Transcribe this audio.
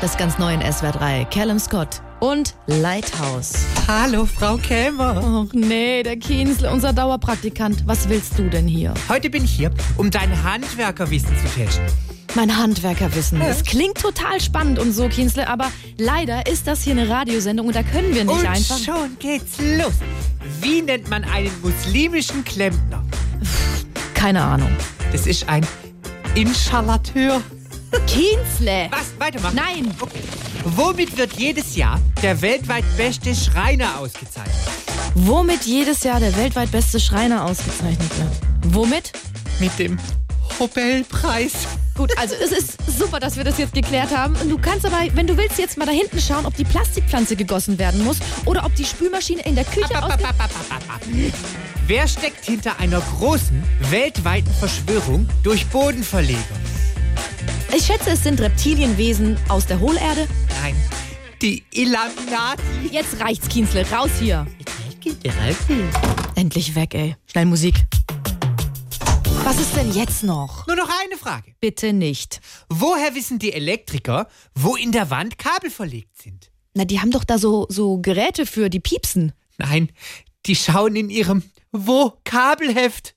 das ganz neue in SWR 3, Callum Scott und Lighthouse. Hallo, Frau Kämer. Och nee, der Kienzle, unser Dauerpraktikant. Was willst du denn hier? Heute bin ich hier, um dein Handwerkerwissen zu testen. Mein Handwerkerwissen. Das klingt total spannend und so, Kienzle, aber leider ist das hier eine Radiosendung und da können wir nicht Und einfach. schon geht's los. Wie nennt man einen muslimischen Klempner? Keine Ahnung. Das ist ein Inschallateur. Kienzle! Was? Weitermachen? Nein! Okay. Womit wird jedes Jahr der weltweit beste Schreiner ausgezeichnet? Womit jedes Jahr der weltweit beste Schreiner ausgezeichnet wird? Womit? Mit dem Nobelpreis. Gut, also es ist super, dass wir das jetzt geklärt haben. Und Du kannst aber, wenn du willst, jetzt mal da hinten schauen, ob die Plastikpflanze gegossen werden muss oder ob die Spülmaschine in der Küche Ba, aus. ba, ba, ba, ba, ba. Wer steckt hinter einer großen weltweiten Verschwörung durch Bodenverlegung? Ich schätze, es sind Reptilienwesen aus der Hohlerde. Nein, die Illuminati. Jetzt reicht's, Kienzle, raus hier. Endlich weg, ey. Schnell Musik. Was ist denn jetzt noch? Nur noch eine Frage. Bitte nicht. Woher wissen die Elektriker, wo in der Wand Kabel verlegt sind? Na, die haben doch da so, so Geräte für, die piepsen. Nein, die schauen in ihrem Vokabelheft.